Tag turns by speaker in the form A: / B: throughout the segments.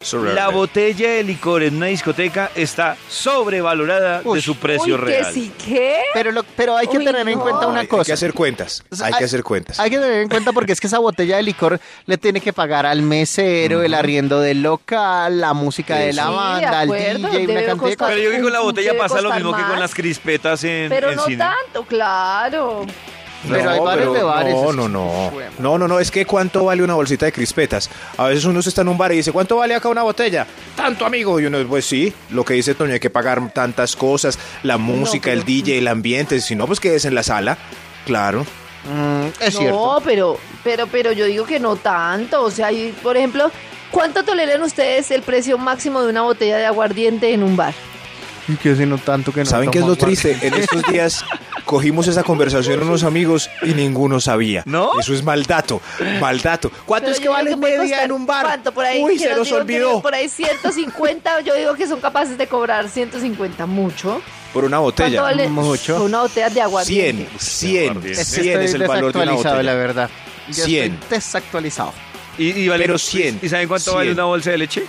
A: Surrounded.
B: La botella de licor en una discoteca está sobrevalorada de
C: Ush.
B: su precio
D: Uy,
B: real.
D: que sí, ¿qué?
C: Pero, lo- pero hay que
D: Uy,
C: tener en
D: no.
C: cuenta
A: Hay-
C: una
A: Hay que
C: cosa.
A: hacer cuentas. Hay que hacer cuentas.
C: Hay que tener en cuenta porque es que esa botella de licor le tiene que pagar al mesero, el arriendo del local, la música de la
D: Sí, de
C: banda, al
D: acuerdo,
C: DJ, una
D: debe
C: cantidad de
D: costar.
C: cosas.
B: Pero yo creo que con la
D: Uy,
B: botella
D: debe
B: pasa lo
D: costar
B: mismo que con
D: más.
B: las crispetas en,
D: Pero
B: en
D: no
B: cine.
D: tanto, claro.
C: Pero hay bares de bares,
A: No,
C: es
A: no,
C: que-
A: no. No, no, no. Es que cuánto vale una bolsita de crispetas. A veces uno está en un bar y dice, ¿cuánto vale acá una botella? Tanto, amigo. Y uno, pues sí, lo que dice Toño, hay que pagar tantas cosas, la música, el DJ, el ambiente. Si no, pues quedes en la sala. Claro.
C: Mm, es
D: no,
C: cierto.
D: pero, pero, pero yo digo que no tanto. O sea, y, por ejemplo, ¿cuánto toleran ustedes el precio máximo de una botella de aguardiente en un bar?
C: Y que si no tanto que no
A: ¿Saben qué es
C: tomo
A: lo triste? En estos días cogimos esa conversación unos amigos y ninguno sabía.
B: ¿No?
A: Eso es mal dato, mal dato. ¿Cuánto
D: Pero
A: es que
D: yo digo
A: vale
D: puede
A: media
D: costar,
A: en un bar?
D: ¿Cuánto? Por ahí,
A: Uy,
D: que
A: se
D: nos
A: nos
D: digan que
A: olvidó.
D: Por ahí 150, yo digo que son capaces de cobrar 150, mucho.
A: Por una
D: ¿Cuánto
A: botella.
D: vale
C: Mucho.
D: una botella de aguardiente?
A: 100, 100,
B: Aguardiente.
C: Es que
A: 100 es
C: estoy
A: el valor de una
C: desactualizado, la
A: botella.
C: verdad. Ya
A: 100.
C: estoy desactualizado.
B: Y, y vale,
A: Pero 100,
B: ¿Y saben cuánto vale
A: 100.
B: una bolsa de leche?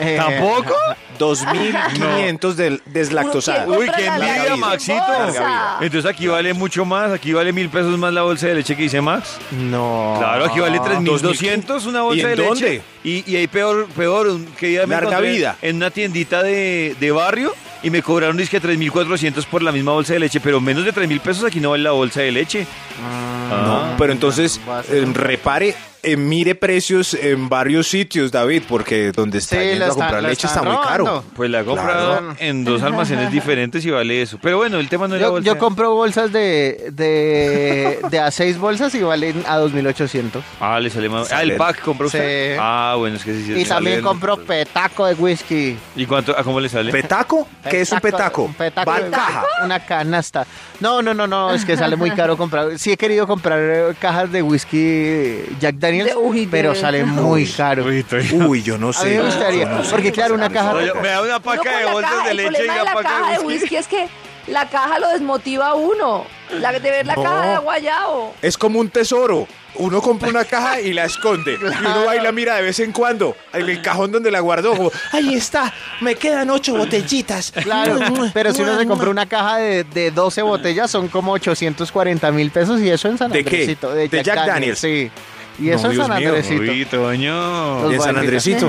C: Eh,
B: ¿Tampoco?
A: 2.500 del deslactosada.
D: Uno
B: Uy, qué
D: Compra la
B: envidia,
D: leche
B: Maxito.
D: en bolsa.
B: Entonces aquí vale mucho más. Aquí vale mil pesos más la bolsa de leche que dice Max.
C: No.
B: Claro, aquí vale
A: Ah,
B: 3.200
A: 2.500.
B: una bolsa
A: ¿Y en
B: de leche.
A: dónde?
B: Y, y ahí peor, peor, un- que día me
A: Larga
B: encontré
A: vida.
B: En una tiendita de, de barrio y me cobraron disque 3.400 por la misma bolsa de leche, pero menos de 3.000 pesos aquí no vale la bolsa de leche.
A: Ah.
C: Ah,
A: No, pero entonces eh, repare, eh, mire precios en varios sitios, David, porque donde está
C: Sí,
A: yendo
C: la
A: a comprar
C: están- la
A: leche está
C: están
A: muy caro.
C: robando.
B: Pues la he comprado
C: Claro.
B: en dos almacenes diferentes y vale eso. Pero bueno, el tema no era
C: Yo,
B: bolsa.
C: yo compro bolsas de, de, de a seis bolsas y valen a 2.800.
B: Ah, le sale más. Ah, el
A: Salen.
B: pack compró usted.
C: Sí.
B: Ah, bueno, es que sí. sí,
C: Y
B: sí,
C: también
B: salen.
C: compro petaco de whisky.
B: ¿Y cuánto? ¿A cómo le sale?
A: ¿Petaco? ¿Qué es un petaco?
C: petaco
A: Va
C: de-
A: en caja.
C: Una canasta. No, no, no, no, es que sale muy caro comprar. Sí he querido comprar eh, cajas de whisky Jack Daniels,
D: De- uy, de-
C: pero sale muy caro.
A: Uy, yo no
C: A mí
A: sé.
C: me gustaría,
A: Yo no sé.
C: porque claro, una caja-
B: Oye, me da una
D: Ah, Uno con
B: paca de
D: la
B: bolsas
D: caja,
B: de
D: el
B: leche y
D: problema de
B: una
D: la
B: paca
D: caja de whisky es que la caja lo desmotiva a uno. La que de ver la
A: No.
D: caja de guayabo.
A: Es como un tesoro. Uno compra una caja y la esconde. Y uno va y la mira de vez en cuando. En el cajón donde la guardó. Como, ahí está. Me quedan ocho botellitas.
C: Claro, pero si uno se compra una caja de, de 12 botellas, son como 840 mil pesos y eso en San
A: ¿De qué?
C: Andresito.
A: De Jack Daniels.
C: Sí. Y
A: No,
C: eso en
A: Dios
C: San
A: mío,
C: Andresito.
B: Uy, Toño.
C: Los
A: en San Andresito.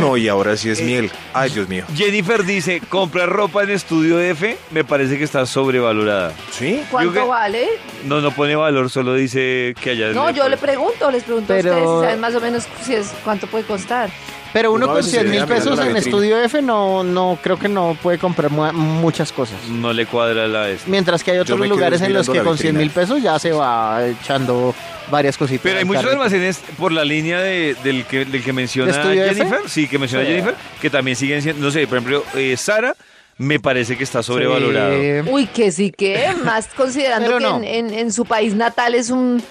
A: No, y ahora sí es miel. Ay, Dios mío.
B: Jennifer dice, comprar ropa en Estudio F me parece que está sobrevalorada.
A: ¿Sí?
D: ¿Cuánto
B: que-
D: vale?
B: No, no pone valor, solo dice que allá...
D: No, yo le pregunto, les pregunto
C: Pero-
D: a ustedes si saben más o menos si es, cuánto puede costar.
C: Pero
A: Uno
C: uno
A: a
C: con
A: veces
C: 100 mil
A: debería mirar
C: pesos
A: la
C: en
A: vitrina.
C: Estudio F no, no creo que no puede comprar mu- muchas cosas.
B: No le cuadra la esta.
C: Mientras que hay
A: Yo
C: otros
A: me quedo
C: lugares en los
A: mirando
C: que
A: la
C: con 100
A: vitrina.
C: mil pesos ya se va echando varias cositas.
B: Pero hay
C: al
B: muchos
C: carrito.
B: almacenes por la línea de- del, que, del que menciona
C: ¿De Estudio F?
B: Jennifer, sí, que menciona
C: Sí.
B: Jennifer, que también siguen siendo, no sé, por ejemplo, eh, Sara me parece que está sobrevalorado.
C: Sí.
D: Uy, que sí que, más considerando
C: Pero
D: que
C: no.
D: en, en- en su país natal es un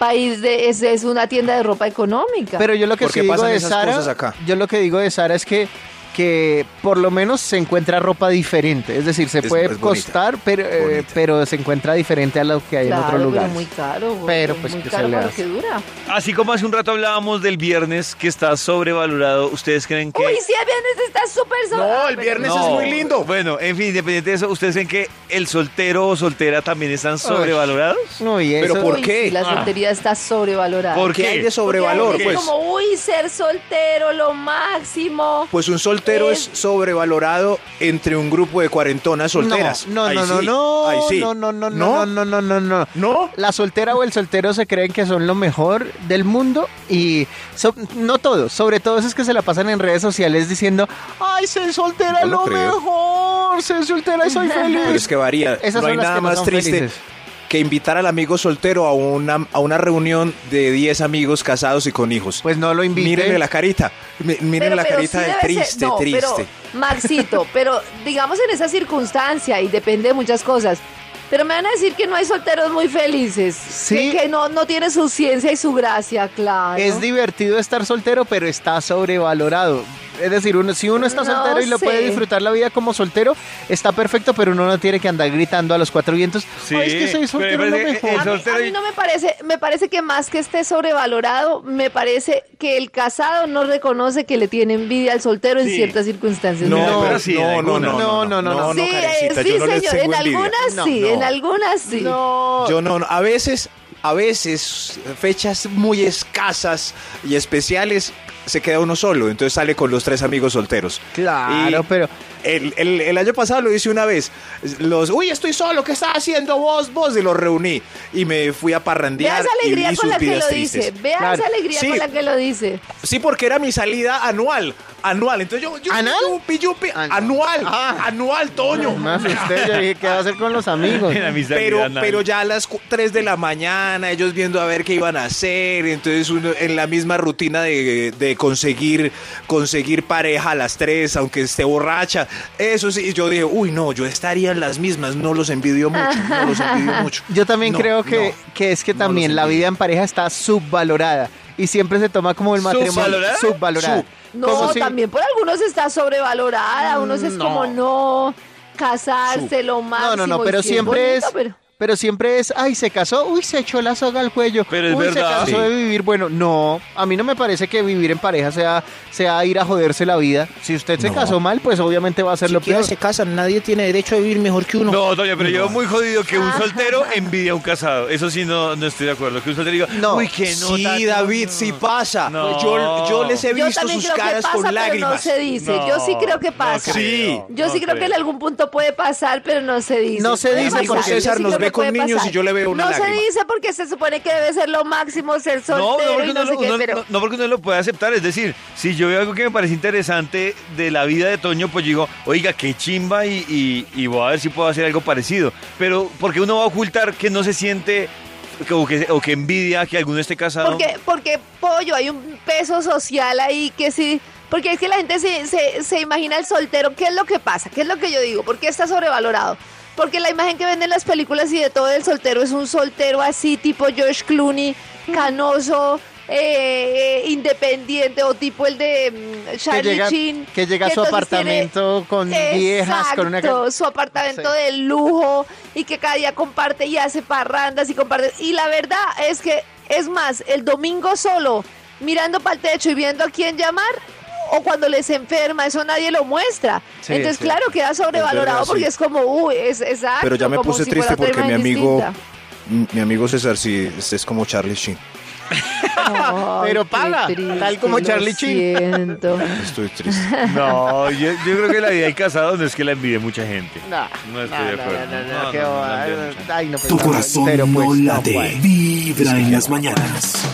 D: país de, es, es una tienda de ropa económica.
C: Pero yo lo que
A: ¿Por
C: sí
A: qué
C: digo
A: pasan
C: de
A: esas cosas
C: Sara,
A: acá?
C: yo lo que digo de Sara es que que por lo menos se encuentra ropa diferente, es decir, se
A: Es-
C: puede
A: es bonita,
C: costar, pero, eh,
A: bonita.
C: pero se encuentra diferente a lo que hay en
D: claro,
C: otro lugar.
D: pero muy caro.
C: Pero, pues,
D: muy
C: ¿qué se
D: caro
C: le
D: para lo
C: hace?
D: que dura.
B: Así como hace un rato hablábamos del viernes que está sobrevalorado, ¿ustedes creen que...
D: Uy, sí, el viernes está súper sobrado,
A: No, el
D: pero-
A: viernes es muy lindo.
B: Bueno, en fin, independiente de eso, ¿ustedes creen que el soltero o soltera también están sobrevalorados?
C: Uy,
A: Pero
C: eso-
A: ¿por
D: Uy,
A: qué? Ah.
D: sí, la soltería está sobrevalorada.
B: ¿Por
A: ¿Qué hay de
D: Porque la
A: sobrevalor?
D: gente
A: Pues,
D: es como, uy, ser soltero, lo máximo.
A: pues un soltero es sobrevalorado entre un grupo de cuarentonas solteras.
C: No,
A: Ahí
C: no, no,
A: sí,
C: no,
A: ahí sí.
C: no, no, no, no, no, no, no, no.
A: ¿No?
C: La soltera o el soltero se creen que son lo mejor del mundo y so- no todos, sobre todo esos que se la pasan en redes sociales diciendo, ay, ser soltera
A: No lo
C: lo
A: creo.
C: mejor, ser soltera y soy feliz.
A: Pero es que varía.
C: Esas
A: no
C: son
A: hay
C: las
A: nada
C: que no
A: más
C: son
A: triste
C: felices.
A: que invitar al amigo soltero a una, a una reunión de 10 amigos casados y con hijos.
C: Pues no lo inviten.
A: Mírenle la carita. mi- Mírenle la carita
D: sí
A: de
D: debe ser-
A: triste,
D: no,
A: triste.
D: Pero, Maxito, pero digamos en esa circunstancia y depende de muchas cosas. Pero me van a decir que no hay solteros muy felices.
C: Sí.
D: Que, que no, no tiene su ciencia y su gracia, claro.
C: Es divertido estar soltero, pero está sobrevalorado. Es decir, uno, si uno está
D: No
C: soltero y lo
D: sé.
C: puede disfrutar la vida como soltero, está perfecto, pero uno no tiene que andar gritando a los cuatro vientos.
B: Sí,
C: "Ay, es que soy
B: pero
C: soltero,
B: me
C: es lo
B: parece que
D: A
B: el
C: mejor".
D: mí,
B: soltero
D: a mí
B: y-
D: no me parece, me parece que más que esté sobrevalorado, me parece que el casado no reconoce que le tiene envidia al soltero en
B: Sí.
D: ciertas circunstancias.
B: No,
D: ¿verdad?
B: pero sí, en algunas.
C: No, no, no, no.
D: sí, eh,
A: Karencita,
D: sí,
A: yo no les
D: señor,
A: tengo
D: en
A: envidia.
D: algunas
C: No,
D: sí,
C: no.
D: en algunas sí.
C: No.
A: Yo no, no, a veces, a veces, fechas muy escasas y especiales, se queda uno solo, entonces sale con los tres amigos solteros.
C: Claro,
A: Y
C: pero-
A: El, el- el año pasado lo hice una vez. Los, uy, estoy solo, ¿qué estás haciendo vos, vos? Y los reuní. Y me fui a
D: Vea
A: parrandear.
D: esa
A: y
D: alegría
A: vi
D: con
A: sus
D: la que
A: vidas
D: lo
A: tristes.
D: dice. Vea
C: Claro.
D: esa alegría
A: Sí.
D: con la que lo dice.
A: Sí, porque era mi salida anual. Anual. Entonces yo. yo
C: ¿Anal?
A: Yupi, yupi,
C: Ah, no.
A: anual.
C: Ah.
A: Anual, Toño.
C: Me asusté, yo dije, ¿qué va a hacer con los amigos?
B: Era mi salida,
A: Pero,
B: nada.
A: pero ya a las 3 de la mañana, ellos viendo a ver qué iban a hacer, entonces uno en la misma rutina de, de conseguir, conseguir pareja a las 3, aunque esté borracha. Eso sí, yo dije, uy, no, yo estaría en las mismas, no los envidio mucho, no los envidio mucho.
C: Yo también
A: No,
C: creo que,
A: no.
C: que es que
A: No
C: también
A: lo
C: la
A: sentí.
C: vida en pareja está subvalorada y siempre se toma como el matrimonio
B: ¿Subvalorada?
C: subvalorada.
A: Sub.
D: No,
C: Como si-
D: también por algunos está sobrevalorada, unos es como no casarse lo
C: No,
D: máximo.
C: no, no,
D: y
C: pero
D: sí es
C: siempre es
D: bonito, pero-
C: pero siempre es, ay, se casó, uy, se echó la soga al cuello,
B: Pero es
C: uy,
B: verdad.
C: se casó
B: Sí.
C: de vivir, bueno, no, a mí no me parece que vivir en pareja sea, sea ir a joderse la vida. Si usted se
A: No.
C: casó mal, pues obviamente va a ser lo peor.
A: casan, nadie tiene derecho a vivir mejor que uno.
B: No, Toño, pero yo muy jodido que un soltero envidia a un casado. Eso sí no, no estoy de acuerdo. Que un soltero diga,
C: No.
B: uy, que no.
A: Sí, David, sí pasa. Pues
B: No.
A: Yo, yo les he
D: Yo
A: visto
D: también
A: sus
D: creo que
A: caras
D: pasa,
A: con
D: pero no
A: lágrimas.
D: se dice. yo sí creo que pasa.
A: Sí.
D: Yo sí creo que en algún punto puede pasar, pero no se dice.
C: No se
D: Puede
C: dice
D: pasar,
C: porque
D: yo sí
A: César
D: creo
A: nos
D: que
A: ve con
D: puede
A: niños y yo le veo una
D: No se
A: lágrima.
D: dice porque se supone que debe ser lo máximo ser
B: No, no
D: soltero
B: porque
D: y no,
B: uno,
D: sé
B: lo-
D: qué,
B: uno-
D: pero...
B: no- no porque uno lo pueda aceptar. Es decir, si yo veo algo que me parece interesante de la vida de Toño, pues digo, oiga, qué chimba y, y- y voy a ver si puedo hacer algo parecido. Pero porque uno va a ocultar que no se siente que- o, que, o que envidia que alguno esté casado.
D: Porque, porque, pollo, hay un peso social ahí que sí. Porque es que la gente se, se- se imagina el soltero. ¿Qué es lo que pasa? ¿Qué es lo que yo digo? ¿Por qué está sobrevalorado? Porque la imagen que venden las películas y de todo del soltero es un soltero así, tipo George Clooney, canoso, eh, eh, independiente, o tipo el de mm,
C: que
D: Charlie
C: llega,
D: Sheen.
C: que llega a su
D: entonces tiene-
C: apartamento con viejas, con una...
D: Exacto, su apartamento
C: Sí.
D: de lujo y que cada día comparte y hace parrandas y comparte. Y la verdad es que, es más, el domingo solo, mirando para el techo y viendo a quién llamar, o cuando les enferma, eso nadie lo muestra.
C: Sí,
D: Entonces,
C: sí.
D: claro, queda sobrevalorado
A: verdad, sí.
D: porque es como, uy, es exacto.
A: Pero ya me
D: como
A: puse
D: si
A: triste
D: fuera otra
A: porque mi
D: imagen
A: amigo,
D: distinta.
A: mi amigo César sí es es como Charlie Sheen.
D: Ay,
C: Pero
D: qué
C: paga,
D: triste,
C: tal como
D: lo
C: Charlie Sheen.
D: siento.
A: Estoy triste.
B: No, yo, yo creo que la vida del casado no es que la envidie mucha gente.
C: No,
B: No estoy de acuerdo.
C: no, no, no,
B: No,
C: qué
B: no, no,
C: bobada.
B: no, no, no.
C: Ay, no, pues,
E: Tu
C: no,
E: corazón
C: pero,
E: no
C: pues,
E: late,
C: bueno.
E: vibra en las mañanas.